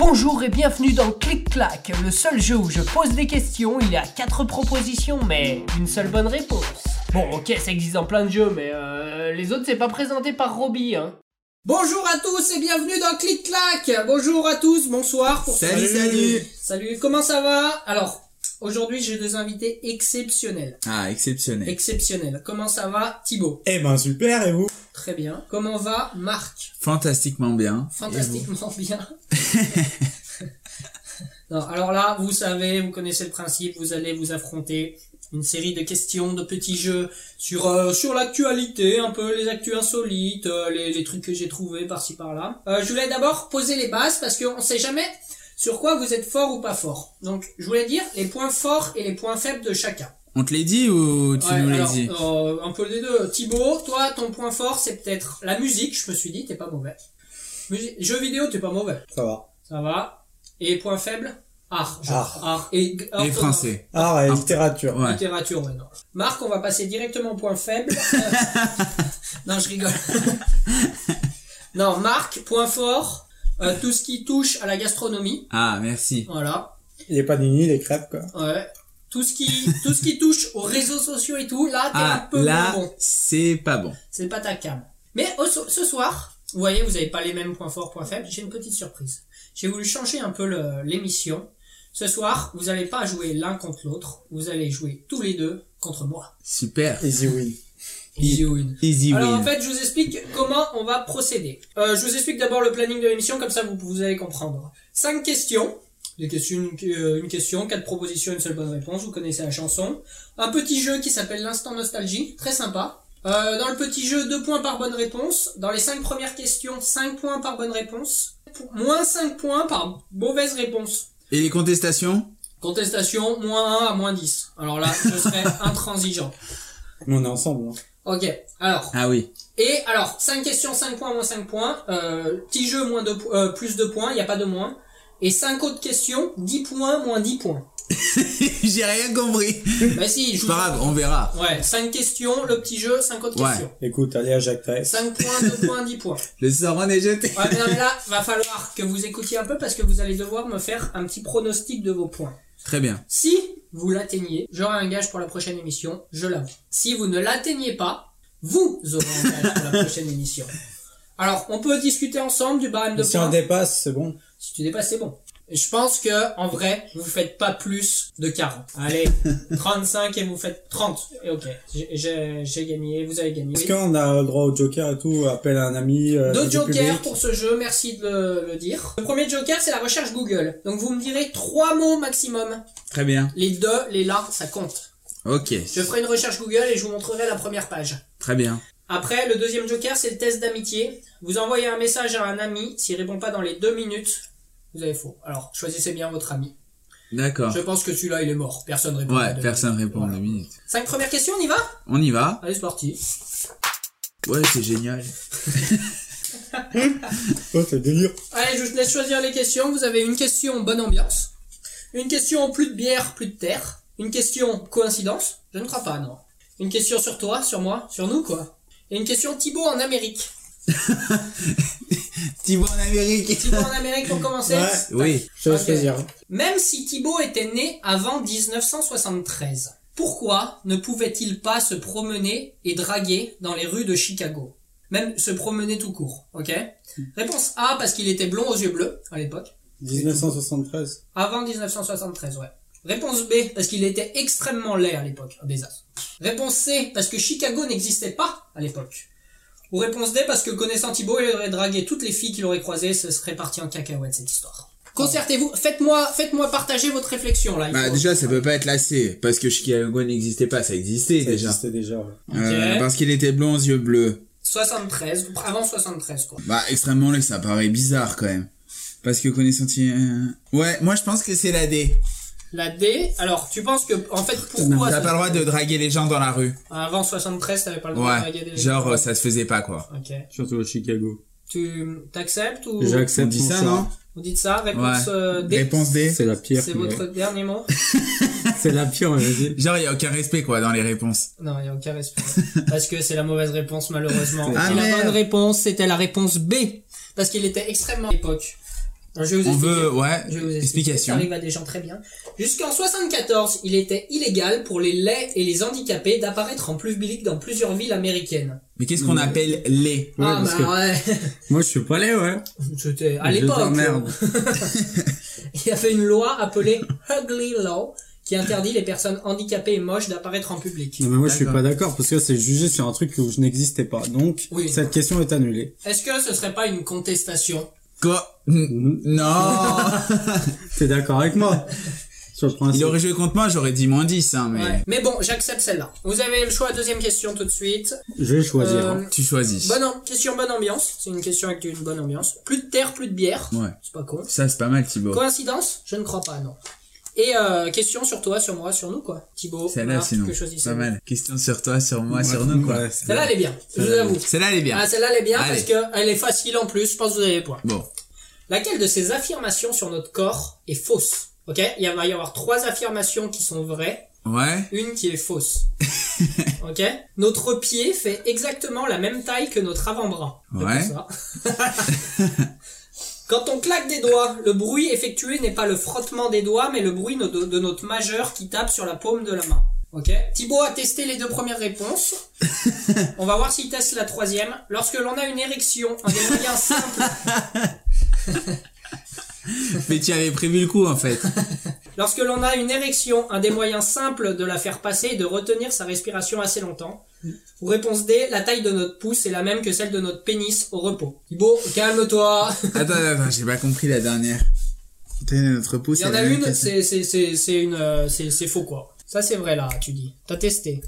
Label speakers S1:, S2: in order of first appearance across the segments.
S1: Bonjour et bienvenue dans Clic Clac, le seul jeu où je pose des questions. Il y a quatre propositions, mais une seule bonne réponse. Bon, ok, ça existe dans plein de jeux, mais euh, les autres, c'est pas présenté par Roby, hein.
S2: Bonjour à tous et bienvenue dans Clic Clac. Bonjour à tous, bonsoir. pour-
S3: Salut, salut.
S2: Salut, comment ça va Alors, aujourd'hui j'ai deux invités exceptionnels.
S3: Ah, exceptionnel.
S2: Exceptionnels. Comment ça va Thibaut
S4: Eh ben super, et vous
S2: Très bien. Comment va Marc
S3: Fantastiquement bien.
S2: Fantastiquement bien. non, alors là, vous savez, vous connaissez le principe, vous allez vous affronter une série de questions, de petits jeux sur euh, sur l'actualité, un peu les actus insolites, euh, les, les trucs que j'ai trouvés par-ci par-là. Euh, je voulais d'abord poser les bases parce qu'on sait jamais sur quoi vous êtes fort ou pas fort. Donc, je voulais dire les points forts et les points faibles de chacun.
S3: On te l'a dit ou tu
S2: Ouais,
S3: nous l'as
S2: alors,
S3: dit
S2: euh, un peu les deux. Thibaut, toi, ton point fort, c'est peut-être la musique. Je me suis dit, t'es pas mauvais. Musi- Jeux vidéo, t'es pas mauvais.
S4: Ça va.
S2: Ça va. Et point faible Art. genre,
S4: Art.
S2: Et, g-
S3: Les
S2: orthographe.
S3: Français.
S4: Art et
S3: Ah.
S4: littérature.
S3: Ouais.
S2: Littérature, ouais, non. Marc, on va passer directement au point faible. non, je rigole. non, Marc, point fort, euh, tout ce qui touche à la gastronomie.
S3: Ah, merci.
S2: Voilà.
S4: Il est pas nini, les crêpes, quoi.
S2: Ouais. Tout ce qui, tout ce qui touche aux réseaux sociaux et tout, là, t'es un
S3: Ah,
S2: peu
S3: là,
S2: moins bon.
S3: c'est pas bon.
S2: C'est pas ta cam. Mais au so- ce soir, vous voyez, vous n'avez pas les mêmes points forts, points faibles. J'ai une petite surprise. J'ai voulu changer un peu le- l'émission. Ce soir, vous n'allez pas jouer l'un contre l'autre. Vous allez jouer tous les deux contre moi.
S3: Super.
S4: Easy win.
S2: Easy win.
S3: Easy
S2: Alors
S3: win.
S2: en fait, je vous explique comment on va procéder. Euh, je vous explique d'abord le planning de l'émission, comme ça vous, vous allez comprendre. Cinq questions. Des questions, une, euh, une question, quatre propositions, une seule bonne réponse. Vous connaissez la chanson. Un petit jeu qui s'appelle l'instant nostalgie, très sympa. Euh, dans le petit jeu, deux points par bonne réponse. Dans les cinq premières questions, cinq points par bonne réponse. Pour- Moins cinq points par mauvaise réponse.
S3: Et les contestations
S2: Contestation, moins 1 à moins 10. Alors là, je serai intransigeant.
S4: Mais on est ensemble. Hein.
S2: Ok, alors,
S3: Ah oui.
S2: et alors, 5 questions, 5 points, moins 5 points. Euh, petit jeu, moins deux po- euh, plus 2 points, il n'y a pas de moins. Et 5 autres questions, 10 points, moins 10 points.
S3: J'ai rien compris.
S2: bah si, je
S3: C'est
S2: vous...
S3: pas grave, on verra.
S2: Ouais, 5 questions, le petit jeu, 5 autres
S3: Ouais.
S2: questions.
S4: Écoute, allez à Jacques Tess.
S2: 5 points, 2 points, 10 points.
S3: Le sort en est jeté.
S2: Ouais, mais non, mais là, va falloir que vous écoutiez un peu parce que vous allez devoir me faire un petit pronostic de vos points.
S3: Très bien.
S2: Si vous l'atteignez, j'aurai un gage pour la prochaine émission, je l'avoue. Si vous ne l'atteignez pas, vous aurez un gage pour la prochaine émission. Alors, on peut discuter ensemble du barème de
S4: Si
S2: points.
S4: on dépasse, c'est bon.
S2: Si tu dépasses, c'est bon. Je pense que, en vrai, vous faites pas plus de 40. Allez, 35 et vous faites 30. Et ok, j'ai- j'ai j'ai gagné, vous avez gagné.
S4: Est-ce qu'on a le droit au joker et tout Appelle un ami. euh,
S2: Deux
S4: du
S2: jokers
S4: public.
S2: pour ce jeu, merci de le, le dire. Le premier joker, c'est la recherche Google. Donc vous me direz trois mots maximum.
S3: Très bien.
S2: Les deux, les là, ça compte.
S3: Ok.
S2: Je ferai une recherche Google et je vous montrerai la première page.
S3: Très bien.
S2: Après, le deuxième joker, c'est le test d'amitié. Vous envoyez un message à un ami, s'il répond pas dans les deux minutes, vous avez faux. Alors, choisissez bien votre ami.
S3: D'accord.
S2: Je pense que celui-là, il est mort. Personne répond. à
S3: Ah. Ouais,
S2: deux
S3: personne
S2: minutes.
S3: répond en
S2: Voilà.
S3: deux minutes.
S2: Cinq premières questions, on y va
S3: On y va.
S2: Allez, c'est parti.
S3: Ouais, c'est génial.
S4: Oh, c'est délire.
S2: Allez, je vous laisse choisir les questions. Vous avez une question bonne ambiance, une question plus de bière, plus de terre, une question coïncidence, je ne crois pas, non. Une question sur toi, sur moi, sur nous, quoi. Et une question Thibaut en Amérique.
S3: Thibaut en Amérique.
S2: Thibaut en Amérique pour commencer
S4: Ouais.
S3: Oui.
S4: Je te laisse
S2: Ok.
S4: choisir. hein.
S2: Même si Thibaut était né avant 1973, pourquoi ne pouvait-il pas se promener et draguer dans les rues de Chicago Même se promener tout court, ok Réponse A, parce qu'il était blond aux yeux bleus à l'époque.
S4: 1973.
S2: Avant 1973, ouais. Réponse B, parce qu'il était extrêmement laid à l'époque, un désastre. Réponse C, parce que Chicago n'existait pas à l'époque. Ou réponse D, parce que connaissant Thibaut, il aurait dragué toutes les filles qu'il aurait croisées, ce serait parti en cacahuète cette histoire. Concertez-vous, faites-moi faites-moi partager votre réflexion là. il
S3: Bah
S2: faut-
S3: déjà ça peut pas être lassé parce que Chicago n'existait pas, ça existait
S4: Ça
S3: déjà.
S4: existait déjà. ouais.
S3: Euh, parce qu'il était blond aux yeux bleus.
S2: 73, avant 73 quoi.
S3: Bah extrêmement laid, ça paraît bizarre quand même. Parce que connaissant euh, Ouais, moi je pense que c'est la D.
S2: La D, alors tu penses que en fait pourquoi
S3: T'as pas le droit de draguer les gens dans la rue.
S2: avant 73, t'avais pas le droit de draguer
S3: Ouais.
S2: des
S3: Genre euh, ça se faisait pas quoi.
S2: OK.
S4: Surtout à Chicago.
S2: Tu t'acceptes ou
S3: On
S4: J'accepte.
S3: dit
S4: mon
S3: ça
S4: choix.
S3: non
S2: vous dites ça réponse
S3: Ouais.
S2: euh, D
S3: Réponse D.
S4: C'est la pire.
S2: C'est
S4: mais-
S2: votre dernier mot
S4: C'est la pire, mais vas-y.
S3: Genre y a aucun respect quoi dans les réponses.
S2: Non, il n'y a aucun respect. Parce que c'est la mauvaise réponse, malheureusement.
S3: Ah,
S2: et la
S3: merde.
S2: bonne réponse, c'était la réponse B. Parce qu'il était extrêmement à l'époque. Alors, je vais vous
S3: On
S2: expliquer.
S3: veut, ouais,
S2: Je vais vous expliquer. Ça
S3: explication.
S2: arrive à des gens très bien. Jusqu'en 74, il était illégal pour les laids et les handicapés d'apparaître en public dans plusieurs villes américaines.
S3: Mais qu'est-ce qu'on
S4: Ouais.
S3: appelle les
S4: Ouais,
S2: ah,
S4: parce
S2: bah
S4: que-
S2: ouais.
S4: Moi, je suis pas allé, ouais.
S2: C'était à
S4: Je
S2: l'époque.
S4: t'emmerde.
S2: il a fait une loi appelée Ugly Law qui interdit les personnes handicapées et moches d'apparaître en public.
S4: Non, mais moi, je suis
S3: D'accord.
S4: pas d'accord, parce que c'est jugé sur un truc où je n'existais pas. Donc,
S2: Oui.
S4: cette question est annulée.
S2: Est-ce que ce serait pas une contestation
S3: Quoi N-
S4: Mhm.
S3: Non
S4: T'es d'accord avec moi? Sur le principe.
S3: Il aurait joué contre moi, j'aurais dit moins 10, hein, mais
S2: Ouais. Mais bon, j'accepte celle-là. Vous avez le choix, deuxième question tout de suite.
S4: Je vais choisir. hein.
S2: Euh,
S3: tu choisis.
S2: Bonne am- question, bonne ambiance. C'est une question avec une bonne ambiance. Plus de terre, plus de bière.
S3: Ouais.
S2: C'est pas con.
S3: Ça, c'est pas mal, Thibaut.
S2: Coïncidence Je ne crois pas, non. Et euh, question sur toi, sur moi, sur nous, quoi. Thibaut,
S3: Celle-là,
S2: Marc,
S3: sinon.
S2: que choisissez
S3: Pas mal. Question sur toi, sur moi, sur nous, quoi.
S4: Ouais, c'est
S2: Celle-là, elle est bien, je vous avoue.
S3: Celle-là, elle est bien.
S2: Ah, celle-là, elle est bien
S3: Allez.
S2: parce qu'elle est facile en plus. Je pense que vous avez les points.
S3: Bon.
S2: Laquelle de ces affirmations sur notre corps est fausse Ok Il va y avoir trois affirmations qui sont vraies,
S3: Ouais.
S2: une qui est fausse. ok Notre pied fait exactement la même taille que notre avant-bras. C'est
S3: Ouais.
S2: pour ça. Quand on claque des doigts, le bruit effectué n'est pas le frottement des doigts, mais le bruit de, de notre majeur qui tape sur la paume de la main. Ok Thibaut a testé les deux premières réponses. on va voir s'il teste la troisième. Lorsque l'on a une érection, un des moyens simples
S3: Mais tu avais prévu le coup, en fait.
S2: Lorsque l'on a une érection, un des moyens simples de la faire passer est de retenir sa respiration assez longtemps. Pour réponse D, la taille de notre pouce est la même que celle de notre pénis au repos. Thibaut, calme-toi.
S3: Attends, attends, j'ai pas compris la dernière. Putain, notre pouce.
S2: Il y en
S3: elle
S2: a
S3: a
S2: une, c'est
S3: cassé.
S2: c'est- c'est- c'est une, euh, c'est c'est faux quoi. Ça c'est vrai là, tu dis. T'as testé.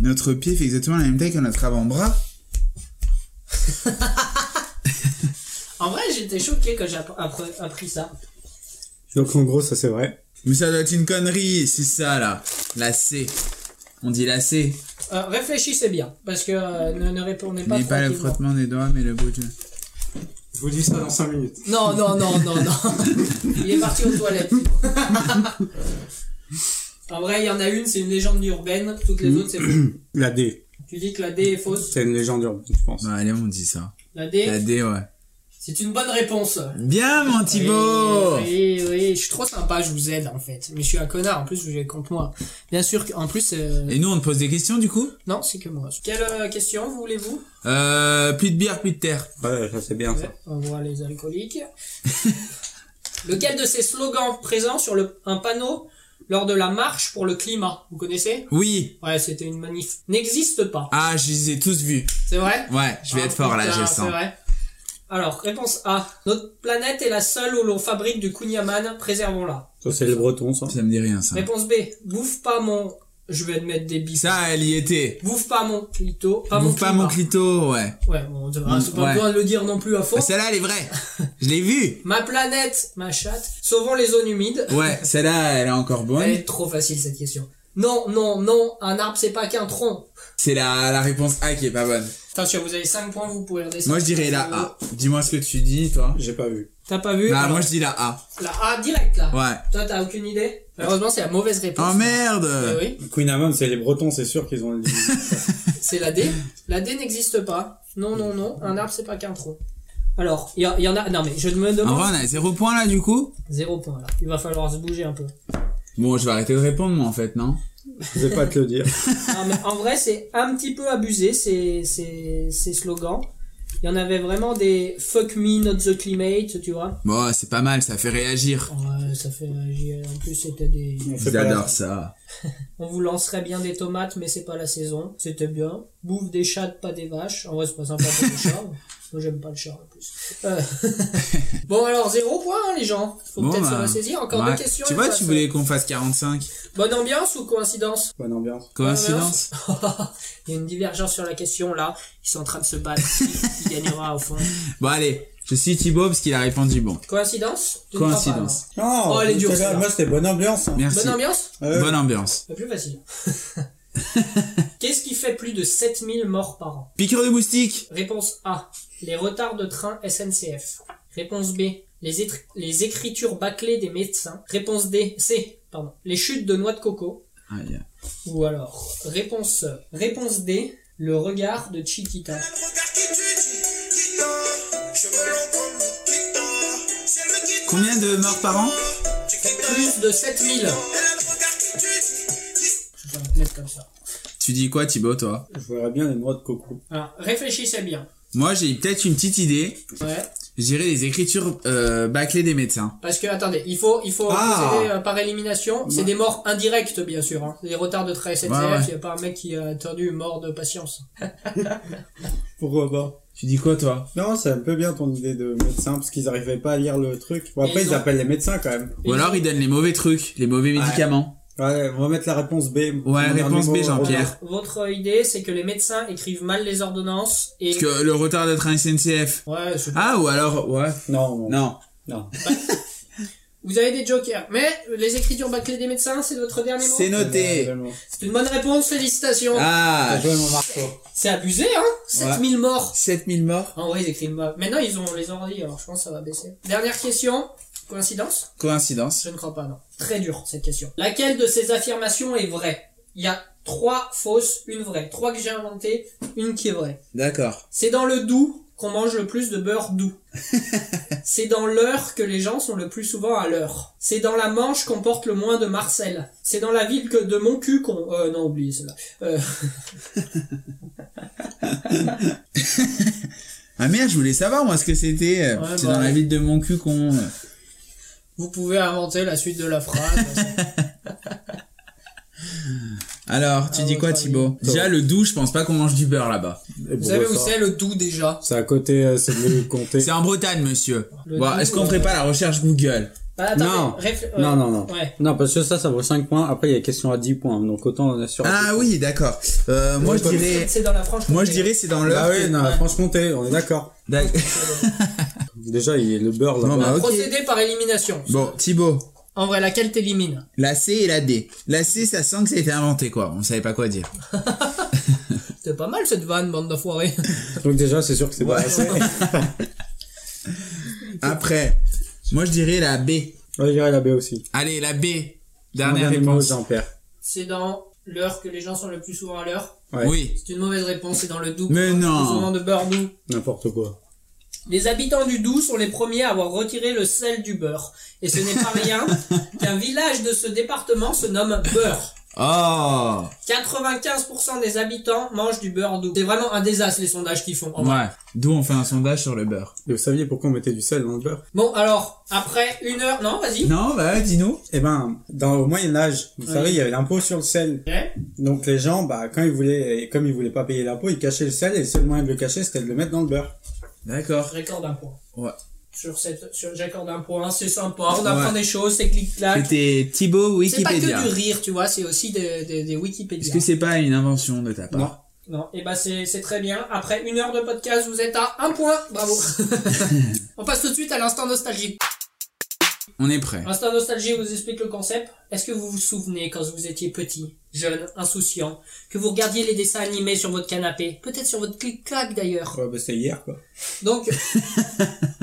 S3: Notre pied fait exactement la même taille que notre avant-bras.
S2: En vrai, j'étais choqué quand j'ai app- appre- appris ça.
S4: Donc, en gros, ça, c'est vrai.
S3: Mais ça doit être une connerie, c'est ça, là. La C. On dit la C.
S2: Euh, réfléchissez bien, parce que euh, ne, ne répondez pas.
S3: Mais pas le
S2: tranquillement.
S3: frottement des doigts, mais le bruit de...
S4: Je vous dis ça dans 5 minutes.
S2: Non, non, non, non, non. Il est parti aux toilettes. en vrai, il y en a une, c'est une légende urbaine. Toutes les autres, c'est faux.
S4: La D.
S2: Tu dis que la D est fausse.
S4: C'est une légende urbaine, je pense.
S3: Ouais, allez, on dit ça.
S2: La D,
S3: La D, ouais.
S2: c'est une bonne réponse.
S3: Bien, mon Thibaut
S2: Oui, oui, oui, je suis trop sympa, je vous aide en fait. Mais je suis un connard, en plus vous jouez contre moi. Bien sûr, que- en plus... euh,
S3: Et nous, on te pose des questions, du coup
S2: Non, c'est que moi. Quelle euh, question voulez-vous
S3: Euh, plus de bière, plus de terre.
S4: Ouais, ça, c'est bien, ça.
S2: On voit les alcooliques. Lequel de ces slogans présents sur le, un panneau lors de la marche pour le climat Vous connaissez
S3: Oui.
S2: Ouais, c'était une manif. N'existe pas.
S3: Ah, je les ai tous vus.
S2: C'est vrai
S3: Ouais, je vais
S2: Ah,
S3: être fort, là,
S2: putain,
S3: je
S2: C'est
S3: sens.
S2: vrai. Alors, réponse A. Notre planète est la seule où l'on fabrique du kunyaman, préservons-la.
S4: Ça, c'est le breton, ça.
S3: Ça me dit rien, ça.
S2: Réponse B. Bouffe pas mon... Je vais te mettre des bips.
S3: Ça, elle y était.
S2: Bouffe pas mon clito. Pas mon
S3: Bouffe
S2: hein.
S3: pas mon
S2: clito.
S3: clito, ouais.
S2: Ouais, bon, on devra-
S3: Mm,
S2: c'est pas
S3: ouais.
S2: besoin de le dire non plus à fond.
S3: Bah, celle-là, elle est vraie. Je l'ai vue.
S2: Ma planète, ma chatte. Sauvons les zones humides.
S3: Ouais, celle-là, elle est encore
S2: Elle
S3: bonne.
S2: est trop facile cette question. Non, non, non, un arbre c'est pas qu'un tronc.
S3: C'est la, la réponse A qui est pas bonne.
S2: Attention, vous avez 5 points, vous pouvez redescendre.
S3: Moi, je dirais la A. Dis-moi ce que tu dis, toi.
S4: J'ai pas vu.
S2: T'as pas vu
S3: Bah,
S2: Alors,
S3: moi, je dis la A.
S2: La A direct là.
S3: Ouais.
S2: Toi, t'as aucune idée Malheureusement, c'est la mauvaise réponse.
S3: Oh
S2: Eh
S3: merde
S2: oui,
S4: Queen Amon, c'est les bretons, c'est sûr qu'ils ont le
S2: c'est la D. La D n'existe pas. Non, non, non, un arbre, c'est pas qu'un tronc. Alors, il y, a- il y en a... Non, mais je me
S3: En
S2: demande...
S3: vrai, on a zéro point là, du coup
S2: Zéro point, là. Il va falloir se bouger un peu.
S3: Bon, je vais arrêter de répondre, moi, en fait, non
S4: Je vais pas te le dire.
S2: Non, mais en vrai, c'est un petit peu abusé, ces, ces, ces slogans. Il y en avait vraiment des « fuck me, not the climate », tu vois.
S3: Bon, c'est pas mal, ça fait réagir.
S2: Ouais, ça fait... réagir. En plus, c'était des...
S4: On fait pas la-
S3: J'adore ça.
S2: On vous lancerait bien des tomates, mais c'est pas la saison. C'était bien. Bouffe des chats, pas des vaches. En vrai, c'est pas sympa pour les chats. hein. Moi, j'aime pas le chat, en plus. Euh, bon, alors, zéro point, hein, les gens. Faut
S3: Bon,
S2: peut-être se
S3: bah,
S2: ressaisir. Encore
S3: Ouais.
S2: deux questions.
S3: Tu
S2: et
S3: vois,
S2: ça,
S3: tu
S2: ça-
S3: voulais qu'on fasse 45.
S2: Bonne ambiance ou coïncidence
S4: Bonne ambiance.
S2: Ah,
S3: Coïncidence
S2: Il y a une divergence sur la question, là. Ils sont en train de se battre. Qui- Qui gagnera, au fond
S3: Bon, allez, je suis Thibaut parce qu'il a répondu bon.
S2: Coïncidence Tu ne crois pas,
S3: Coïncidence.
S4: Non,
S2: Oh, elle est dure, celle-là.
S4: Moi, c'était bonne ambiance. hein.
S2: non
S3: Merci.
S2: Bonne ambiance
S4: Ouais.
S3: Bonne ambiance.
S2: C'est plus facile. Qu'est-ce qui fait plus de 7000 morts par an
S3: Piqûre de moustique
S2: Réponse A. Les retards de train SNCF. Réponse B. Les, étri- les écritures bâclées des médecins. Réponse D. C. Pardon. Les chutes de noix de coco.
S3: Aïe.
S2: Ou alors, réponse, réponse D. Le regard de Chiquita.
S5: Regarde qui tu dis, quitte, je me l'envoie, quitte, si elle me quitte,
S3: Combien de morts par an
S2: Plus de 7000. Je vais la mettre comme ça.
S3: Tu dis quoi, Thibaut, toi
S4: Je verrais bien les noix de coco.
S2: Alors, réfléchissez bien.
S3: Moi, j'ai peut-être une petite idée.
S2: Ouais.
S3: Je dirais les écritures euh, bâclées des médecins.
S2: Parce que, attendez, il faut, il faut
S3: Ah.
S2: procéder euh, par élimination. C'est des morts indirectes, bien sûr. Hein. Des retards de train SNCF,
S3: Ouais, ouais.
S2: il n'y a pas un mec qui a attendu mort de patience.
S4: Pourquoi pas
S3: Tu dis quoi, toi
S4: Non, c'est un peu bien ton idée de médecin, parce qu'ils arrivaient pas à lire le truc. Bon, après,
S2: Et ils
S4: ils,
S2: ont-
S4: appellent les médecins quand même.
S3: Ou
S2: Et-
S3: alors, ils donnent les mauvais trucs, les mauvais médicaments.
S4: Ouais, on va mettre la réponse B.
S3: Ouais,
S4: On a
S3: réponse
S4: un
S3: B,
S4: nouveau-
S3: Jean-Pierre.
S2: Votre idée, c'est que les médecins écrivent mal les ordonnances et...
S3: Parce que le retard de train SNCF.
S2: Ouais, c'est-
S3: Ah, ou alors, ouais.
S4: Non, non.
S3: Non.
S4: non.
S2: Vous avez des jokers. Mais les écritures bâclées des médecins, c'est votre dernier mot.
S3: C'est noté.
S4: Vraiment.
S2: C'est une bonne réponse, félicitations.
S3: Ah,
S4: Bien joué, mon Marco.
S2: C'est abusé, hein 7000 morts.
S3: 7000 morts.
S2: En vrai, ils écrivent mal. Maintenant, ils ont les ordi, alors je pense que ça va baisser. Dernière question. Coïncidence
S3: Coïncidence.
S2: Je ne crois pas, non. Très dur, cette question. Laquelle de ces affirmations est vraie Il y a trois fausses, une vraie. Trois que j'ai inventées, une qui est vraie.
S3: D'accord.
S2: C'est dans le doux qu'on mange le plus de beurre doux. C'est dans l'heure que les gens sont le plus souvent à l'heure. C'est dans la Manche qu'on porte le moins de Marcel. C'est dans la ville que de mon cul qu'on... Euh, non, oubliez cela. Euh,
S3: Ah merde, je voulais savoir, moi, ce que c'était. euh,
S2: Ouais,
S3: c'est
S2: bah,
S3: dans la
S2: ouais.
S3: ville de mon cul qu'on... euh,
S2: vous pouvez inventer la suite de la phrase.
S3: Alors, tu
S2: Ah
S3: dis
S2: ouais,
S3: quoi,
S2: ça, oui.
S3: Thibaut Déjà, le doux, je pense pas qu'on mange du beurre là-bas.
S4: Et
S2: vous
S4: bon,
S2: savez
S4: bah,
S2: où
S4: ça,
S2: c'est le doux déjà
S4: C'est à côté, euh, c'est de compter.
S3: C'est en Bretagne, monsieur.
S2: Le
S3: Bon,
S2: doux,
S3: Est-ce qu'on
S2: euh,
S3: ferait pas la recherche Google
S2: Ah, attendez,
S4: Non.
S2: réfl- euh,
S4: Non, non, non.
S2: Ouais.
S4: Non, parce que ça, ça vaut 5 points. Après, il y a question à 10 points. Donc, autant on assure.
S3: Ah oui, d'accord. Euh, moi, je
S4: pas
S3: dirais...
S2: C'est dans la Franche.
S3: Moi, je dirais c'est dans l'heure.
S4: Bah oui,
S3: que-
S4: non,
S2: Ouais.
S4: franche-comté, on est d'accord.
S3: D'ac-
S4: Déjà, il est le beurre là.
S3: Non, bah, ok.
S2: Procéder par élimination.
S3: Bon, Thibaut,
S2: En vrai, laquelle t'élimines
S3: la C et la D. La C, ça sent que ça a été inventé, quoi. On savait pas quoi dire.
S2: C'est pas mal cette vanne, bande d'enfoirés.
S4: Donc, déjà, c'est sûr que c'est
S3: Ouais.
S4: pas assez.
S3: Après, moi, je dirais la B.
S4: Ouais, j'irai la B aussi.
S3: Allez, la B. Dernière
S4: Dernier mot,
S3: réponse.
S4: Jean-Pierre.
S2: C'est dans l'heure que les gens sont le plus souvent à l'heure.
S4: Ouais.
S3: Oui.
S2: C'est une mauvaise réponse, c'est dans le Doubs.
S3: Mais non.
S2: Plus souvent de beurre doux.
S4: N'importe quoi.
S2: Les habitants du Doubs sont les premiers à avoir retiré le sel du beurre. Et ce n'est pas rien qu'un village de ce département se nomme Beurre.
S3: Oh
S2: 95% des habitants mangent du beurre doux. C'est vraiment un désastre les sondages qu'ils font. en vrai.
S3: Ouais. D'où on fait un sondage sur le beurre.
S4: Et vous saviez pourquoi on mettait du sel dans le beurre
S2: Bon alors, après une heure... Non, vas-y.
S3: Non, bah, dis-nous.
S4: Eh ben, dans, au Moyen-Âge, vous
S2: Ouais.
S4: savez, il y avait l'impôt sur le sel.
S2: Ouais.
S4: Donc, les gens, bah, quand ils voulaient, et comme ils voulaient pas payer l'impôt, ils cachaient le sel et le seul moyen de le cacher, c'était de le mettre dans le beurre.
S3: D'accord.
S2: J'accorde un point.
S3: Ouais.
S2: Sur cette... Sur... J'accorde un point, c'est sympa, on apprend
S3: Ouais.
S2: des choses, c'est clic-clac.
S3: C'était Thibaut
S2: C'est pas que
S3: Wikipédia.
S2: du rire, tu vois, c'est aussi des, des, des
S3: Est-ce
S2: Wikipédia.
S3: que c'est pas une invention de ta part
S2: Non, et bah c'est c'est très bien. Après une heure de podcast, vous êtes à un point. Bravo. On passe tout de suite à l'instant nostalgie.
S3: On est prêt.
S2: L'instant nostalgie vous explique le concept. Est-ce que vous vous souvenez quand vous étiez petit, jeune, insouciant, que vous regardiez les dessins animés sur votre canapé, peut-être sur votre clic-clac d'ailleurs.
S4: Ouais, bah, c'était hier, quoi.
S2: Donc,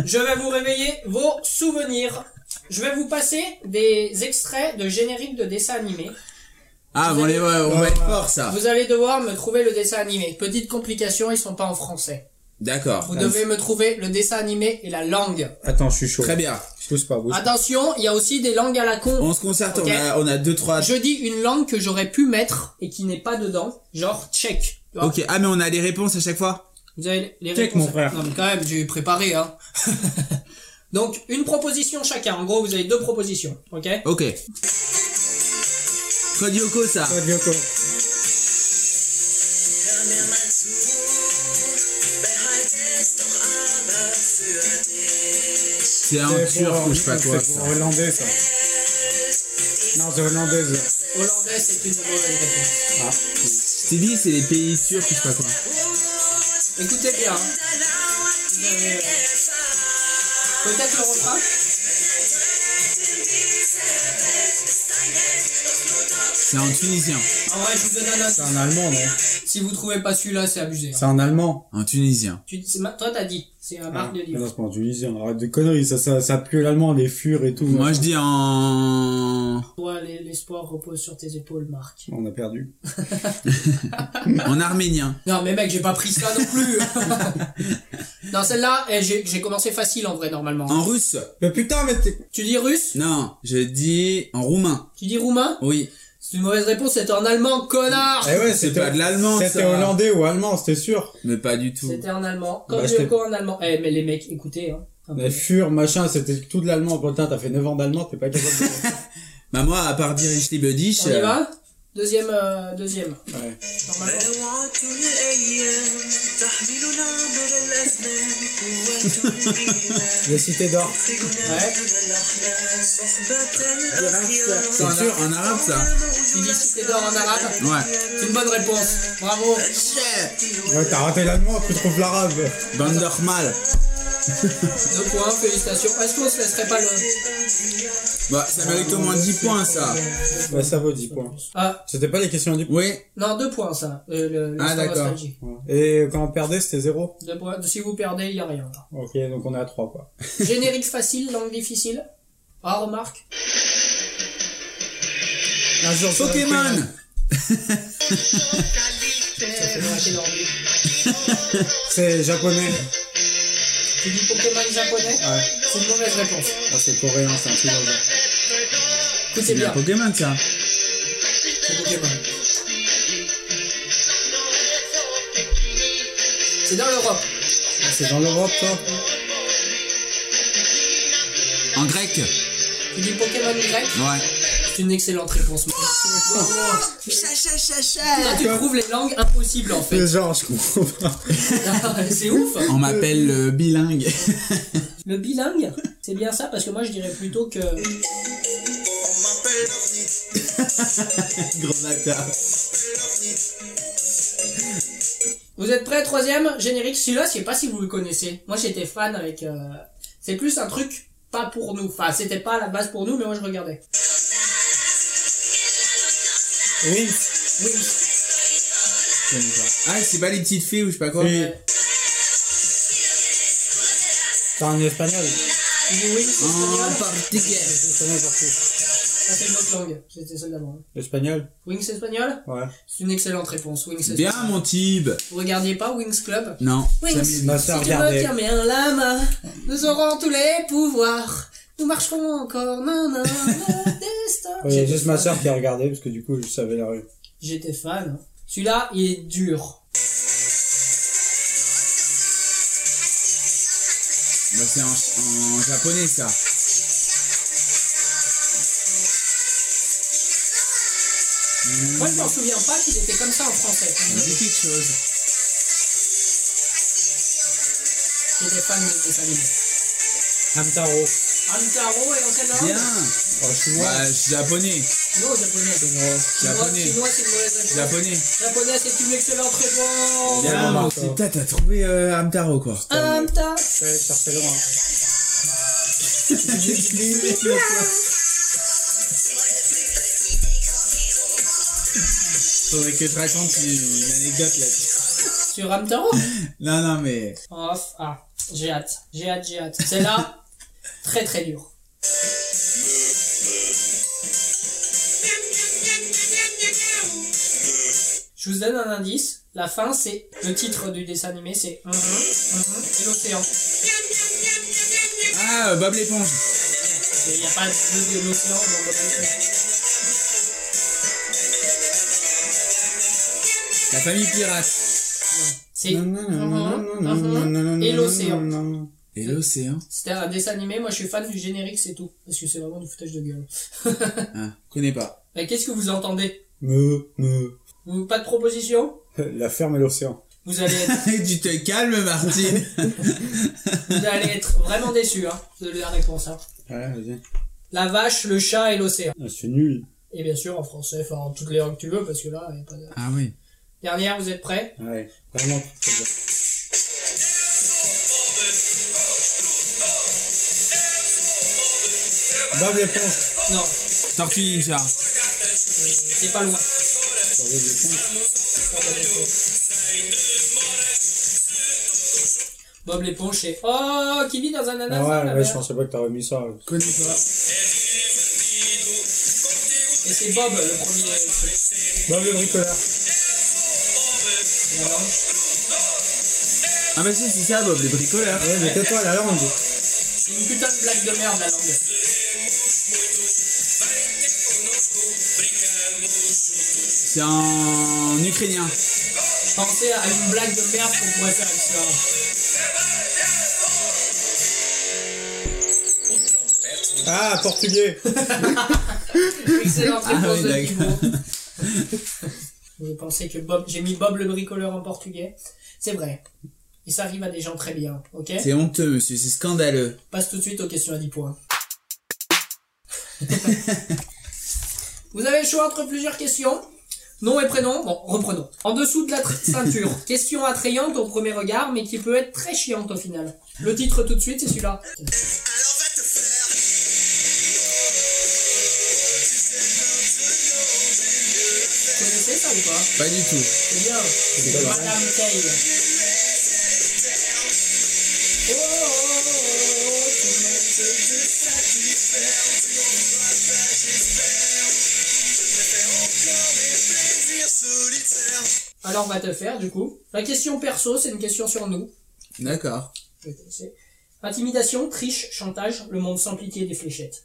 S2: je vais vous réveiller vos souvenirs. Je vais vous passer des extraits de génériques de dessins animés.
S3: Ah,
S2: Vous
S3: bon,
S2: allez-
S3: les, ouais, on va être fort, ça.
S2: Vous allez devoir me trouver le dessin animé. Petite complication, ils sont pas en français.
S3: D'accord.
S2: Vous devez me trouver le dessin animé et la langue.
S4: Attends, je suis chaud.
S3: Très bien.
S4: Je pousse pas, bouge.
S2: Attention, il y a aussi des langues à la con.
S3: On se concerte,
S2: Ok.
S3: on, a, on a deux, trois.
S2: Je dis une langue que j'aurais pu mettre et qui n'est pas dedans, genre tchèque. Tu vois
S3: Ok, ah, mais on a les réponses à chaque fois
S2: Vous avez les
S4: Tchèque,
S2: réponses.
S4: mon frère.
S2: Non mais quand même, j'ai préparé hein. Donc une proposition chacun. En gros, vous avez deux propositions, ok
S3: Ok. Code Yoko, ça.
S4: Toi, Lyoko.
S3: C'est un
S4: C'est
S3: turc
S4: pour-
S3: ou je sais pas quoi.
S4: C'est
S3: ça.
S4: pour hollandais, ça. Non, c'est hollandaise.
S2: Hollandais, c'est une mauvaise réponse.
S4: Ah.
S3: Je t'ai dit, c'est les pays turcs ou je sais pas quoi.
S2: Écoutez bien. hein. Vous avez- euh, Peut-être le refrain.
S3: C'est en tunisien.
S2: En vrai, Ah je vous donne un indice.
S4: C'est en allemand, non
S2: Si vous trouvez pas celui-là, c'est abusé. hein.
S4: C'est en allemand.
S3: En tunisien.
S2: Tu, c'est ma- toi, t'as dit. C'est la marque de
S4: Mais Non,
S2: livre.
S4: c'est pas en tunisien. Arrête de conneries. Ça, ça, ça pue l'allemand, les furs et tout.
S3: Moi, je dis en...
S2: Toi, l'es- l'espoir repose sur tes épaules, Marc.
S4: On a perdu.
S3: en arménien.
S2: Non, mais mec, j'ai pas pris ça non plus. non, celle-là, eh, j'ai j'ai commencé facile en vrai, normalement.
S3: En russe.
S4: Mais putain, mais t'es...
S2: Tu dis russe
S3: Non, je dis en roumain.
S2: Tu dis roumain
S3: Oui.
S2: C'est une mauvaise réponse, c'est en allemand, connard
S4: Eh ouais,
S3: C'est
S4: c'était-
S3: pas de l'allemand,
S4: C'était
S3: ça.
S4: hollandais ou allemand, c'était sûr.
S3: Mais pas du tout.
S2: C'était en allemand. Comme
S4: Bah, Eh,
S2: du
S4: c'était-
S2: quoi en allemand Eh, mais les mecs, écoutez, hein. un peu.
S4: Les furs, machin, c'était tout de l'allemand. Putain, t'as fait 9 ans d'allemand, t'es pas capable
S3: Bah moi, à part dire ich liebe dich,
S2: On y
S3: euh,
S2: va Deuxième, euh, deuxième.
S4: de... Ouais.
S2: Normalement.
S5: دمعة الأيام تحملنا بر الأزمان قوة لينا
S4: Les cités d'or.
S5: سجنا
S2: Ouais.
S5: دون الأحلام صحبة
S3: c'est
S5: الأخيار
S3: sûr, en arabe ça.
S2: Tu dis cité d'or en arabe
S3: Ouais.
S2: C'est une bonne réponse. Bravo.
S4: Ouais, t'as raté l'allemand, tu trouves l'arabe.
S3: Bandermal.
S2: Deux points, félicitations. Est-ce qu'on se laisserait pas le...
S3: Bah ça mérite au moins 10 points ça.
S4: Bah, ça vaut 10 points.
S2: Ah,
S4: C'était pas les questions du
S3: Oui.
S2: non, deux points, ça. Euh, le, le
S3: Ah,
S2: Star
S3: d'accord.
S2: Nostalgie.
S4: Et quand on perdait, c'était 0.
S2: Deux points. Si vous perdez, il y a rien. là.
S4: Ok, donc on est à 3, quoi.
S2: Générique facile, langue difficile. Ah, remarque.
S4: Un jour, ça va être
S3: Pokémon.
S4: bien.
S2: Ça fait braquer l'ordi.
S4: C'est japonais.
S2: Tu dis Pokémon japonais
S4: Ouais.
S2: C'est une mauvaise réponse.
S4: Ah, c'est coréen, c'est un truc dans le genre.
S2: Écoutez
S3: C'est bien
S2: bien.
S3: Pokémon ça.
S2: C'est Pokémon. C'est dans l'Europe.
S4: Ah, C'est dans l'Europe, toi
S3: En grec.
S2: Tu dis Pokémon grec
S3: Ouais.
S2: C'est une excellente réponse. mec. Toi, tu trouves les langues impossibles en fait.
S4: Le genre, je comprends pas.
S2: C'est ouf.
S3: On m'appelle euh, bilingue.
S2: Le bilingue, c'est bien ça parce que moi je dirais plutôt que.
S3: Gros bâtard.
S2: Vous êtes prêts Troisième générique. Celui-là, je sais pas si vous le connaissez. Moi j'étais fan avec. euh, C'est plus un truc pas pour nous. Enfin, c'était pas à la base pour nous, mais moi je regardais.
S4: Oui.
S2: Oui.
S3: Ah c'est pas les petites filles ou je sais pas quoi.
S4: Oui.
S2: Euh,
S4: T'as un espagnol.
S2: Tu dis oui, c'est
S3: En
S2: espagnol.
S3: portugais.
S4: Espagnol partout.
S2: Ça, c'est une autre langue. C'était celle d'avant. hein.
S4: Espagnol
S2: Wings espagnol
S4: Ouais.
S2: C'est une excellente réponse. Wings espagnol.
S3: Bien mon type.
S2: Vous regardiez pas Wings Club
S3: Non. Bah,
S2: Wings
S4: Ma sœur
S2: Si tu me
S4: regardait.
S2: tiens bien la main, nous aurons tous les pouvoirs. Nous marcherons encore, nan nan, le destin.
S4: Il y a juste ma soeur qui a regardé parce que du coup je savais la rue.
S2: J'étais fan. hein. Celui-là, il est dur.
S3: Bah, c'est en, en japonais ça.
S2: Moi, je m'en souviens pas qu'il était comme ça en français.
S3: Ça me dit quelque chose.
S2: J'étais fan de ces animés.
S4: Hamtaro. Oh,
S2: Hamtaro et Ancien Land
S3: Bien.
S4: chinois.
S3: Bah japonais.
S2: Non, japonais.
S3: Japonais.
S2: Chinois, c'est une mauvaise réponse.
S3: Japonais.
S2: Japonais, c'est une excellente réponse.
S4: Bien.
S3: Ah,
S4: Hamtaro.
S3: c'est putain, t'as trouvé euh, Hamtaro quoi.
S2: Hamtaro.
S4: Je vais chercher loin.
S3: Faudrait que je raconte une, une anecdote là.
S2: Sur Hamtaro
S3: Non, non, mais.
S2: Oh, ah, j'ai hâte, j'ai hâte, j'ai hâte. Celle-là, très très dure. Je vous donne un indice. La fin, c'est le titre du dessin animé, c'est Mhm, mhm et l'océan.
S3: Ah, euh, Bob l'éponge.
S2: Il n'y a pas de, de l'océan dans le dessin.
S3: La famille pirate.
S2: C'est Mhm, mhm et l'océan.
S3: Et l'océan.
S2: C'était un dessin animé. Moi, je suis fan du générique, c'est tout, parce que c'est vraiment du foutage de gueule.
S3: Ah, connais pas.
S2: Mais Qu'est-ce que vous entendez
S4: Me, me.
S2: Vous pas de proposition
S4: La ferme et l'océan.
S2: Vous allez être
S3: tu te calmes, Martine.
S2: Vous allez être vraiment déçu hein, de la réponse. hein.
S4: Ouais, vas-y.
S2: La vache, le chat et l'océan.
S4: Ah, c'est nul.
S2: Et bien sûr en français, enfin en toutes les langues que tu veux, parce que là, il n'y a pas de...
S3: ah oui.
S2: Dernière, vous êtes prêts
S4: Ouais. Vraiment. très bien. Bob l'éponge.
S2: Non, euh,
S3: Tortue Ninja.
S2: c'est pas loin.
S4: Sur Bob l'éponge.
S2: Bob l'éponge c'est Oh, qui vit dans un ananas.
S4: Ah
S2: dans
S4: ouais,
S2: la
S4: ouais,
S2: mer.
S4: je pensais pas que t'aurais mis ça. ouais.
S3: Connais pas.
S2: Et c'est Bob le premier. euh, truc.
S4: Bob le bricoleur.
S2: Voilà.
S3: Ah bah si, c'est ça, Bob, les bricoleurs.
S4: Ouais, mais tais-toi la langue.
S2: C'est une putain de blague de merde la langue.
S3: C'est un ukrainien.
S2: Je pensais à une blague de merde qu'on pourrait faire avec ça.
S4: Ah, portugais.
S2: Excellente
S3: Ah
S2: réponse de
S3: oui, d'accord.
S2: Thibaut. Je pensais que Bob, j'ai mis Bob le bricoleur en portugais. C'est vrai. Et ça arrive à des gens très bien, ok
S3: C'est honteux, monsieur, c'est scandaleux.
S2: Passe tout de suite aux questions à 10 points. Vous avez le choix entre plusieurs questions. Nom et prénom, bon, reprenons. En dessous de la tr- ceinture, question attrayante au premier regard, mais qui peut être très chiante au final. Le titre tout de suite, c'est celui-là.
S5: Alors va te faire.
S2: Vous connaissez ça ou pas
S3: Pas du tout.
S2: C'est bien. C'est
S4: pas
S2: Madame Kay. Oh, oh, oh, oh, tout le monde. Alors, on va te faire, du coup. La question perso, c'est une question sur nous.
S3: D'accord.
S2: Je vais te laisser. Intimidation, triche, chantage, le monde sans pitié des fléchettes.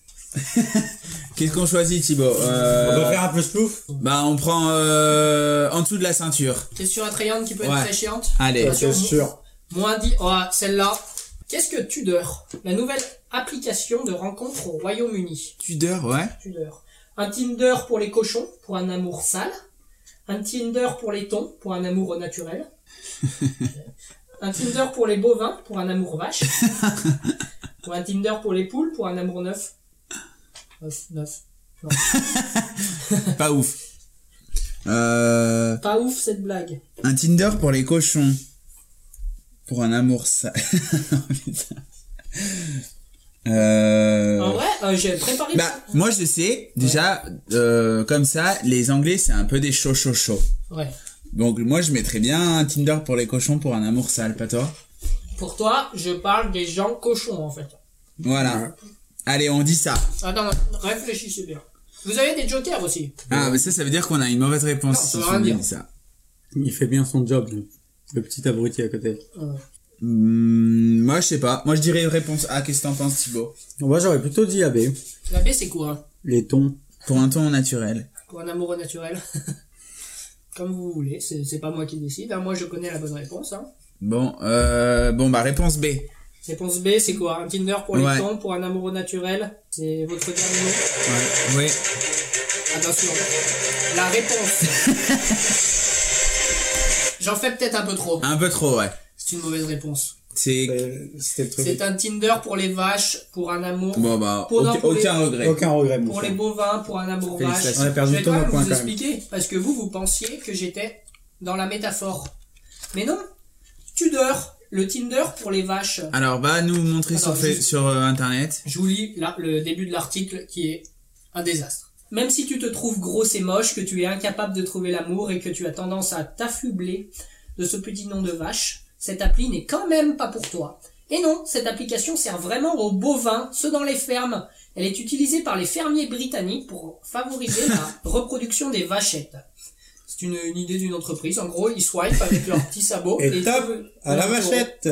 S3: Qu'est-ce qu'on choisit, Thibaut
S4: On va
S3: euh...
S4: faire un peu splouf.
S3: Bah, on prend euh... en dessous de la ceinture.
S2: Question attrayante qui peut être
S3: Ouais.
S2: très chiante.
S3: Allez.
S2: Ouais.
S4: C'est sûr.
S2: Moins dit, oh, celle-là. Qu'est-ce que Tudor La nouvelle application de rencontre au Royaume-Uni.
S3: Tudor, ouais.
S2: Tudor. Un Tinder pour les cochons, pour un amour sale. Un Tinder pour les thons, pour un amour au naturel. un Tinder pour les bovins, pour un amour vache. ou un Tinder pour les poules, pour un amour neuf. Neuf, neuf.
S3: Pas ouf. Euh...
S2: Pas ouf cette blague.
S3: Un Tinder pour les cochons. Pour un amour sale. Putain. euh...
S2: En vrai, euh, j'ai préparé.
S3: Bah, moi je sais, déjà, euh, comme ça, les Anglais, c'est un peu des chauds chauds chauds.
S2: Ouais.
S3: Donc moi je mettrais bien un Tinder pour les cochons pour un amour sale, pas toi
S2: Pour toi, je parle des gens cochons en fait.
S3: Voilà. Allez, on dit ça.
S2: Attends, réfléchissez bien. Vous avez des jokers aussi.
S3: Ah, mais ça, ça veut dire qu'on a une mauvaise
S2: Non,
S3: réponse
S2: ça
S3: si
S2: veut
S3: tu
S2: rien
S3: me
S2: dire.
S3: dis ça.
S4: Il fait bien son job, le, le petit abruti à côté.
S2: Euh,
S3: Hmm, moi je sais pas. Moi je dirais réponse A. Qu'est-ce que t'en penses, Thibaut
S4: Moi, j'aurais plutôt dit AB.
S2: La baie, c'est quoi hein
S4: Les tons.
S3: Pour un ton naturel.
S2: Pour un amoureux naturel. Comme vous voulez, c'est c'est pas moi qui décide. hein. Moi, je connais la bonne réponse. Hein.
S3: Bon, euh, bon bah réponse B.
S2: Réponse B, c'est quoi Un Tinder pour les
S3: Ouais.
S2: temps, pour un amoureux naturel C'est votre dernier mot
S3: Ouais. ouais.
S2: Attention. La réponse. J'en fais peut-être un peu trop.
S3: Un peu trop, ouais.
S2: C'est une mauvaise réponse.
S3: C'est
S4: Euh, C'était le truc.
S2: C'est un Tinder pour les vaches, pour un amour.
S3: bon bah
S2: Pour
S3: aucun,
S2: dans- pour les-
S3: aucun regret.
S4: Aucun regret, mon
S2: Pour les
S4: frère.
S2: bovins, pour un amour vache.
S3: Félicitations.
S4: On a
S2: Je
S4: perdu
S2: vais
S4: ton
S2: quand même
S4: point,
S2: vous
S4: quand même.
S2: expliquer, parce que vous, vous pensiez que j'étais dans la métaphore. Mais non Tudor, le Tinder pour les vaches.
S3: Alors va nous montrer
S2: Alors,
S3: sur, fa-
S2: juste-
S3: sur euh, internet.
S2: Je vous lis là, le début de l'article qui est un désastre. Même si tu te trouves grosse et moche, que tu es incapable de trouver l'amour et que tu as tendance à t'affubler de ce petit nom de vache, cette appli n'est quand même pas pour toi. Et non, cette application sert vraiment aux bovins, ceux dans les fermes. Elle est utilisée par les fermiers britanniques pour favoriser la reproduction des vachettes. C'est une, une idée d'une entreprise. En gros, ils swipent avec leurs petits sabots.
S4: Et
S2: ils
S4: top
S2: trouvent
S4: À la
S2: leur taureau.
S4: machette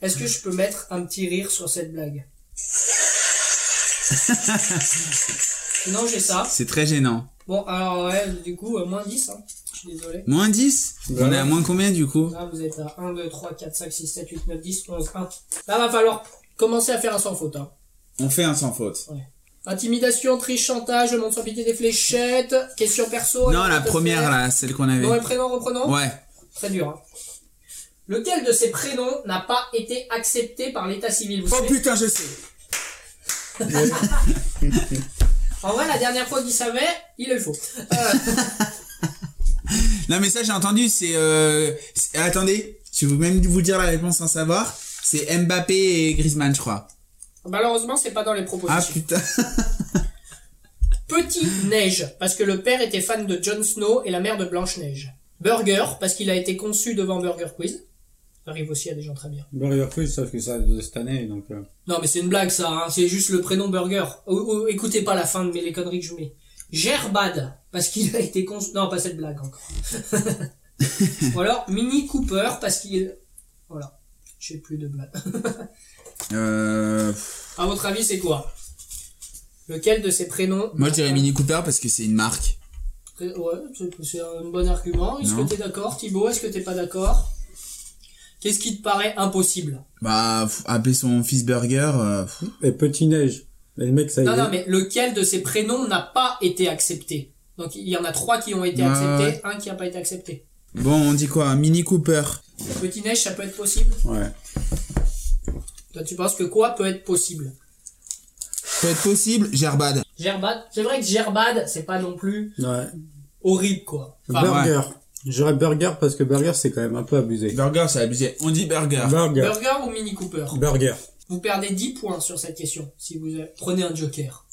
S2: Est-ce que je peux mettre un petit rire sur cette blague Non, j'ai ça.
S3: C'est très gênant.
S2: Bon, alors ouais, du coup, euh, moins 10, hein. Je suis désolé.
S3: Moins 10 On est à moins combien du coup
S2: Là, vous êtes à 1, 2, 3, 4, 5, 6, 7, 8, 9, 10, 11, 1. Là, va falloir commencer à faire un sans faute. Hein.
S3: On fait un sans faute.
S2: Intimidation, triche, chantage, le monde sans pitié des fléchettes, question perso.
S3: Non,
S2: alors,
S3: la
S2: peut-être
S3: première
S2: faire.
S3: là, celle qu'on avait.
S2: Nom et prénom, reprenons
S3: Ouais.
S2: Très dur, hein. Lequel de ces prénoms n'a pas été accepté par l'état civil Vous savez-
S3: Oh, putain, je sais.
S2: En vrai, la dernière fois qu'il savait, il est faux. Euh,
S3: Non mais ça j'ai entendu, c'est... Euh... c'est- Attendez, je vais même vous dire la réponse sans savoir. C'est Mbappé et Griezmann, je crois.
S2: Malheureusement, c'est pas dans les
S3: Ah
S2: propositions.
S3: putain.
S2: Petit Neige, parce que le père était fan de Jon Snow et la mère de Blanche-Neige. Burger, parce qu'il a été conçu devant Burger Quiz. Ça arrive aussi à des gens très bien.
S4: Burger Quiz, sauf que ça de cette année, donc. euh,
S2: Non, mais c'est une blague, ça. hein. C'est juste le prénom Burger. Oh, oh, écoutez pas la fin de mes les conneries que je mets. Gerbad, parce qu'il a été conçu... Non, pas cette blague encore. Ou alors, Mini Cooper, parce qu'il... Voilà. J'ai plus de blague.
S3: Euh, pff,
S2: À votre avis, c'est quoi Lequel de ces prénoms
S3: moi, je dirais Mini Cooper parce que c'est une marque.
S2: Ouais, c'est- c'est un bon argument. Est-ce que
S3: Non.
S2: t'es d'accord, Thibaut Est-ce que t'es pas d'accord Qu'est-ce qui te paraît impossible
S3: Bah, pff, appeler son fils Burger. euh, pff,
S4: Et Petit Neige. Mais le mec, ça y
S2: Non,
S4: est.
S2: non, mais lequel de ces prénoms n'a pas été accepté Donc il y en a trois qui ont été
S3: Ouais,
S2: acceptés, un qui n'a pas été accepté.
S3: Bon, on dit quoi Mini Cooper.
S2: Petit neige, ça peut être possible
S4: Ouais.
S2: Toi, tu penses que quoi peut être possible
S3: Peut être possible, Gerbad.
S2: Gerbad, c'est vrai que Gerbad, c'est pas non plus
S4: Ouais.
S2: horrible, quoi. Enfin,
S3: ouais.
S4: burger. J'aurais Burger parce que Burger, c'est quand même un peu abusé.
S3: Burger, c'est abusé. On dit Burger.
S4: Burger.
S2: Burger ou Mini Cooper
S4: Burger.
S2: Vous perdez 10 points sur cette question si vous euh, prenez un joker.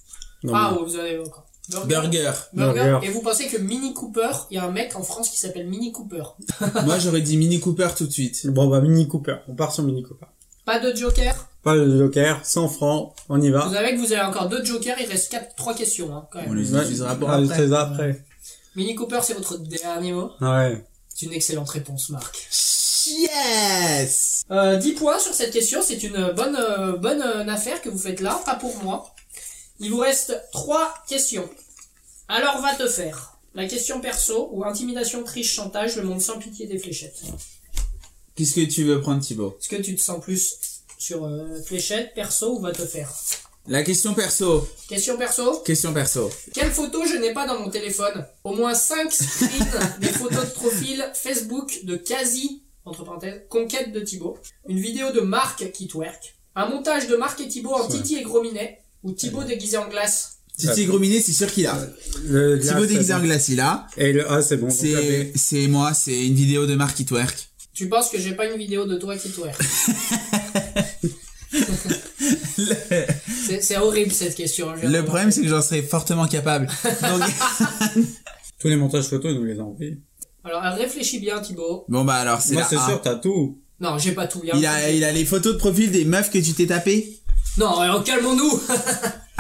S4: Non,
S2: ah,
S4: mais-
S2: ouais, vous avez encore.
S3: Burger.
S2: Burger.
S4: Burger.
S2: Et vous pensez que Mini Cooper, il y a un mec en France qui s'appelle Mini Cooper.
S3: Moi, j'aurais dit Mini Cooper tout de suite.
S4: Bon, bah, Mini Cooper. On part sur Mini Cooper.
S2: Pas de joker
S4: Pas le Joker, 100 francs, on y va.
S2: Vous savez que vous avez encore deux jokers, il reste quatre, trois questions, hein, quand même.
S3: On les
S4: Ouais.
S3: utilisera pour
S4: Ah,
S3: après.
S4: c'est après.
S2: Mini Cooper, c'est votre dernier mot
S4: Ouais.
S2: C'est une excellente réponse, Marc.
S3: Yes
S2: Euh, 10 points sur cette question, c'est une bonne, euh, bonne euh, affaire que vous faites là, pas pour moi. Il vous reste trois questions. Alors va te faire. La question perso ou intimidation, triche, chantage, le monde sans pitié des fléchettes.
S3: Qu'est-ce que tu veux prendre, Thibaut
S2: Est-ce que tu te sens plus sur euh, fléchette, perso ou va te faire
S3: La question perso.
S2: Question perso
S3: Question perso.
S2: Quelle photo je n'ai pas dans mon téléphone Au moins 5 screens des photos de profil Facebook de quasi, entre parenthèses, conquête de Thibaut. Une vidéo de Marc qui twerk. Un montage de Marc et Thibaut en Titi et Gros Minet. Ou Thibaut déguisé en glace.
S3: Titi Grominé, c'est sûr qu'il a.
S4: Le
S3: Thibaut
S4: glace,
S3: déguisé
S4: c'est
S3: en
S4: bon.
S3: glace, il a.
S4: Et le A, c'est bon. Donc, la
S3: C'est
S4: B.
S3: c'est moi, c'est une vidéo de Marky Twerk.
S2: Tu penses que j'ai pas une vidéo de toi qui twerk C'est c'est horrible cette question. je viens
S3: Le
S2: de-
S3: problème, c'est que j'en serais fortement capable. Donc,
S4: Tous les montages photos, ils nous les ont envoyés.
S2: Alors euh, réfléchis bien Thibaut.
S3: bon, bah alors, c'est
S4: Moi,
S3: la
S4: c'est
S3: A.
S4: sûr, t'as tout.
S2: Non, j'ai pas tout bien.
S3: Il a, il a les photos de profil des meufs que tu t'es tapé
S2: Non, alors, calmons-nous.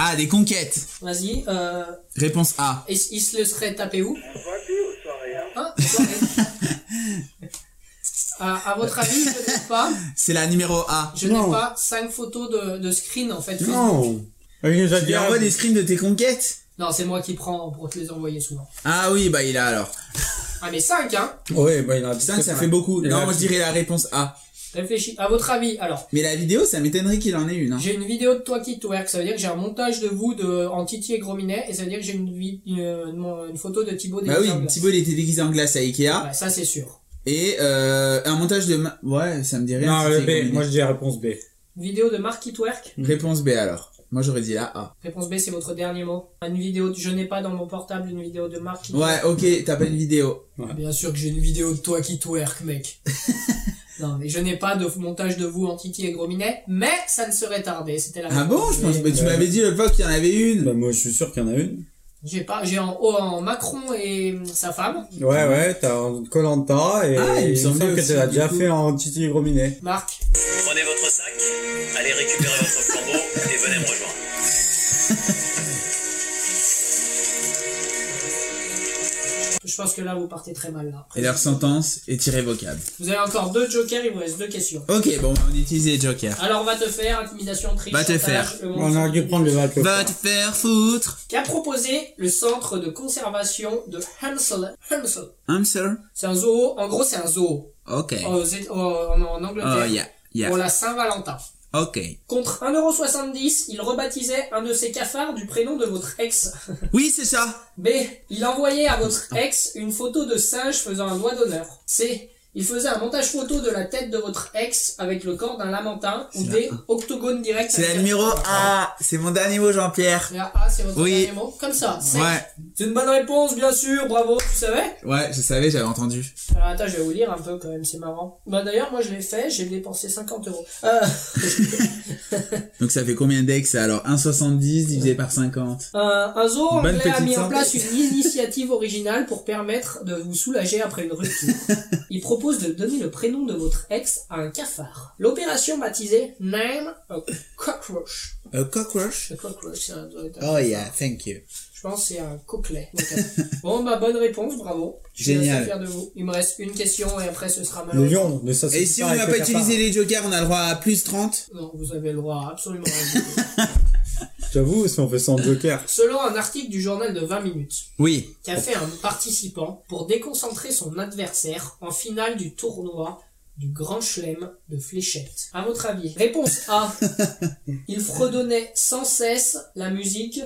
S3: Ah, des conquêtes.
S2: Vas-y. Euh...
S3: Réponse A.
S2: Et il se le serait tapé où Hein, aux soirées. À, à votre avis, je n'ai pas,
S3: C'est la numéro A.
S2: je n'ai
S4: Non.
S2: pas cinq photos de, de screen en fait.
S4: Non. Il nous a
S3: Tu
S4: dit,
S3: lui envoies
S4: ah,
S3: des screens de tes conquêtes
S2: Non, c'est moi qui prends pour te les envoyer souvent.
S3: Ah oui, bah il a alors.
S2: Ah mais 5 hein.
S4: Ouais, bah, il en a dit
S3: 5, ça
S4: que-
S3: fait beaucoup.
S4: Il
S3: Non,
S4: a-
S3: moi je dirais la réponse A.
S2: Réfléchis. À votre avis, alors
S3: Mais la vidéo, ça m'étonnerait qu'il en ait une. hein.
S2: j'ai une vidéo de toi qui twerk, ça veut dire que j'ai un montage de vous de en Titi et Gros Minet, et ça veut dire que j'ai une, vi- une, une- une photo de Thibaut.
S3: Bah oui,
S2: Desjardins.
S3: Thibaut il était déguisé en glace à Ikea.
S2: Ouais, ça c'est sûr.
S3: Et euh, un montage de... ma- Ouais, ça me dirait.
S4: Non, le B. Moi, je dis réponse B.
S2: Vidéo de Marc qui twerk.
S3: Réponse B alors. Moi j'aurais dit la A.
S2: Réponse B, c'est votre dernier mot. Une vidéo, de, je n'ai pas dans mon portable une vidéo de Marc qui
S3: Ouais, ok, t'as pas une vidéo.
S2: Bien sûr que j'ai une vidéo de toi qui twerk, mec. non, mais je n'ai pas de montage de vous en Titi et Gros Minet, mais ça ne serait tardé. C'était la
S3: Ah bon, je pense.
S2: Mais
S3: Mais tu m'avais dit le fois qu'il y en avait une.
S4: Bah, moi, je suis sûr qu'il y en a une.
S2: euh, J'ai pas, j'ai en haut en Macron et hum, sa femme.
S4: Ouais, ouais, t'as en Colanta et
S3: Ah, il me
S4: il
S3: semblait
S4: me semble que
S3: aussi,
S4: tu l'as
S3: du
S4: déjà
S3: coup.
S4: fait en Titi Gros Minet.
S2: Marc,
S5: Prenez votre sac, allez récupérer votre flambeau et venez me rejoindre.
S2: je pense que là vous partez très mal là.
S3: Et leur sentence est irrévocable.
S2: Vous avez encore deux jokers, il vous reste deux questions.
S3: Ok, bon, on utilise les jokers.
S2: Alors va te faire intimidation, triche,
S3: Va te
S2: chantage,
S3: faire.
S2: le monde
S4: On
S2: sans
S4: aurait dû
S2: pitié.
S4: prendre le bateau.
S3: Va te faire foutre.
S2: Qu'a proposé le centre de conservation de Hansel Hansel
S3: I'm sorry.
S2: C'est un zoo. En gros, c'est un zoo
S3: Ok.
S2: aux Éta- en, en Angleterre
S3: Oh yeah, yeah.
S2: pour la Saint-Valentin.
S3: Ok.
S2: Contre 1,70€, il rebaptisait un de ses cafards du prénom de votre ex.
S3: Oui, c'est ça. Ah.
S2: B. Il envoyait à votre ex une photo de singe faisant un doigt d'honneur. C. Il faisait un montage photo de la tête de votre ex avec le corps d'un lamentin ou des octogones directs.
S3: C'est
S2: avec
S3: la
S2: un-
S3: numéro A. C'est mon dernier mot, Jean-Pierre.
S2: La A, c'est votre
S3: Oui.
S2: dernier mot. Comme ça. sec.
S3: Ouais.
S2: C'est une bonne réponse, bien sûr. Bravo, tu savais
S3: Ouais, je savais, j'avais entendu.
S2: Alors attends, je vais vous lire un peu quand même, c'est marrant. Bah d'ailleurs, moi je l'ai fait, j'ai dépensé 50 euros. Euh,
S3: Donc ça fait combien d'ex alors 1,70 divisé par 50.
S2: Un, un zoo
S3: Bonne
S2: anglais a
S3: petite
S2: Euh, mis en
S3: synthèse.
S2: place une initiative originale pour permettre de vous soulager après une rupture. Il propose de donner le prénom de votre ex à un cafard. L'opération baptisée Name a Cockroach.
S4: Euh,
S3: A cockroach
S2: Le cockroach, c'est un- doit être un-
S3: Oh yeah, thank you.
S2: Je pense que c'est un coquelet. le cafard. bon, bah bonne réponse, bravo. Je suis
S3: Génial.
S2: assez fier de vous. Il me reste une question et après ce sera
S4: Le
S2: malheureux.
S4: lion, mais ça
S3: Et si on n'a pas utilisé les jokers, on a le droit à plus 30
S2: Non, vous avez le droit à absolument rien.
S4: J'avoue, si on fait sans joker.
S2: Selon un article du journal de 20 minutes,
S3: Oui.
S2: qu'a fait un participant pour déconcentrer son adversaire en finale du tournoi du Grand Chelem de Fléchette. À votre avis Réponse A. Il fredonnait sans cesse la musique.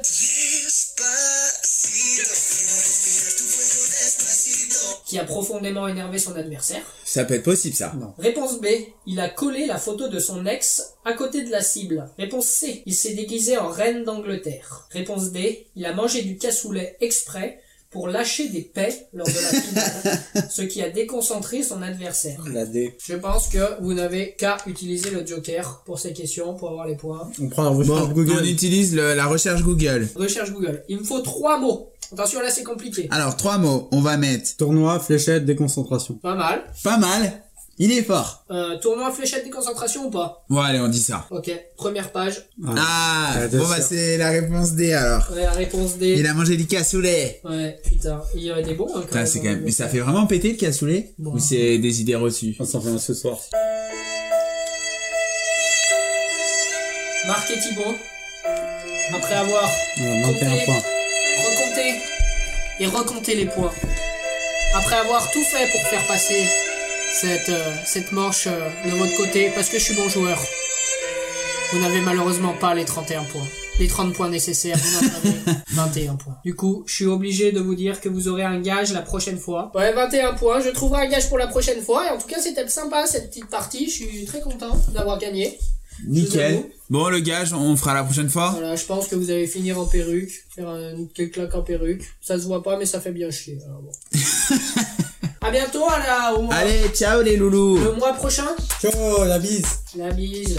S2: Qui a profondément énervé son adversaire.
S3: Ça peut être possible ça.
S2: Réponse B. Il a collé la photo de son ex à côté de la cible. Réponse C. Il s'est déguisé en reine d'Angleterre. Réponse D. Il a mangé du cassoulet exprès pour lâcher des paix lors de la finale, ce qui a déconcentré son adversaire.
S4: La D.
S2: Je pense que vous n'avez qu'à utiliser le joker pour ces questions, pour avoir les points.
S4: On prend la recherche
S3: Bon, on
S4: Google.
S3: utilise le- la recherche Google.
S2: Recherche Google. Il me faut trois mots. Attention, là c'est compliqué.
S3: Alors, trois mots. On va mettre
S4: Tournoi, fléchette, déconcentration.
S2: Pas mal.
S3: pas mal. Il est fort.
S2: Euh, tournoi fléchette déconcentration ou pas
S3: Bon, allez, on dit ça.
S2: Ok. Première page.
S3: Ah,
S4: Ah, bien
S3: bon, bah,
S4: sûr.
S3: c'est la réponse D alors.
S2: Ouais, réponse D.
S3: Il a mangé du cassoulet.
S2: Ouais, putain. Il y en a des bons. hein, quand
S3: Putain, c'est quand
S2: hein,
S3: même. Mais ça
S2: le-
S3: fait vraiment péter le cassoulet
S2: Bon.
S3: Ou c'est des idées reçues
S4: On s'en fait un ce soir.
S2: Marc et Thibault, après avoir
S4: On a manqué un point.
S2: recompté et recompté les points, après avoir tout fait pour faire passer cette, euh, cette manche euh, de votre côté, parce que je suis bon joueur, vous n'avez malheureusement pas les 31 points. Les 30 points nécessaires, vous en avez 21 points. Du coup, je suis obligé de vous dire que vous aurez un gage la prochaine fois. Ouais, 21 points, je trouverai un gage pour la prochaine fois. Et en tout cas, c'était sympa cette petite partie. Je suis très content d'avoir gagné. Je vous
S3: Nickel.
S2: avoue.
S3: Bon, le gage, on fera la prochaine fois.
S2: Voilà, je pense que vous allez finir en perruque, faire une petite claque en perruque. Ça se voit pas, mais ça fait bien chier. Alors bon. à bientôt, à la, au mois-
S3: Allez, ciao les loulous.
S2: le mois prochain.
S4: Ciao, la bise
S2: La bise.